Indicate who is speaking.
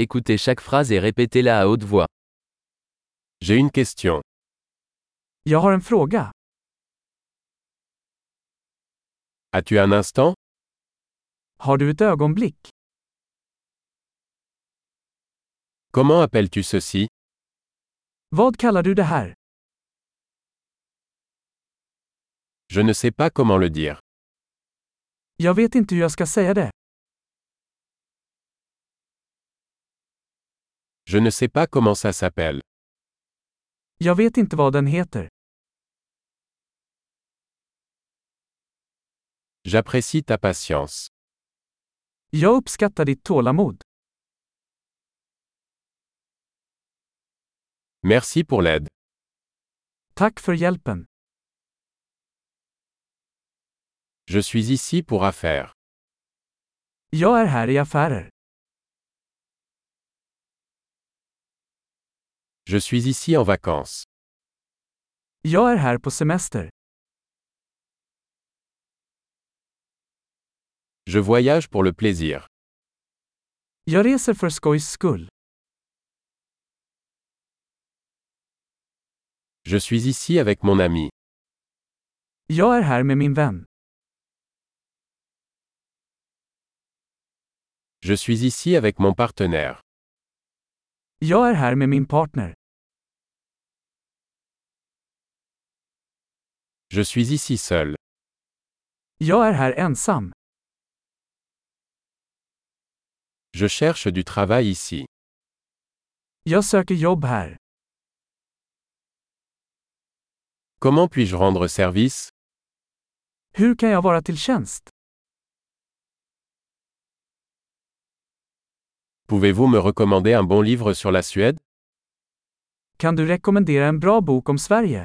Speaker 1: Écoutez chaque phrase et répétez-la à haute voix.
Speaker 2: J'ai une question.
Speaker 3: Jag har en fråga.
Speaker 2: As-tu un instant
Speaker 3: Har du ett ögonblick?
Speaker 2: Comment appelles-tu ceci
Speaker 3: Vad kallar du det här?
Speaker 2: Je ne sais pas comment le dire.
Speaker 3: Jag vet inte hur jag ska säga det.
Speaker 2: Je ne sais pas comment ça s'appelle.
Speaker 3: Jag vet inte vad den heter.
Speaker 2: J'apprécie ta patience.
Speaker 3: Jag uppskattar ditt tålamod.
Speaker 2: Merci pour l'aide.
Speaker 3: Tack för hjälpen.
Speaker 2: Je suis ici pour affaires.
Speaker 3: Jag är här i affärer.
Speaker 2: Je suis ici en vacances.
Speaker 3: Jag är här på semester.
Speaker 2: Je voyage pour le plaisir.
Speaker 3: Jag reser för skojs skull.
Speaker 2: Je suis ici avec mon ami.
Speaker 3: Jag är här med min vän.
Speaker 2: Je suis ici avec mon partenaire.
Speaker 3: Jag är här med min partner.
Speaker 2: Je suis ici seul.
Speaker 3: Jag är här ensam.
Speaker 2: Je cherche du travail ici.
Speaker 3: Jag söker jobb här.
Speaker 2: Comment puis-je rendre service
Speaker 3: Hur kan jag vara till tjänst?
Speaker 2: Pouvez-vous me recommander un bon livre sur la Suède
Speaker 3: Kan du rekommendera en bra bok om Sverige?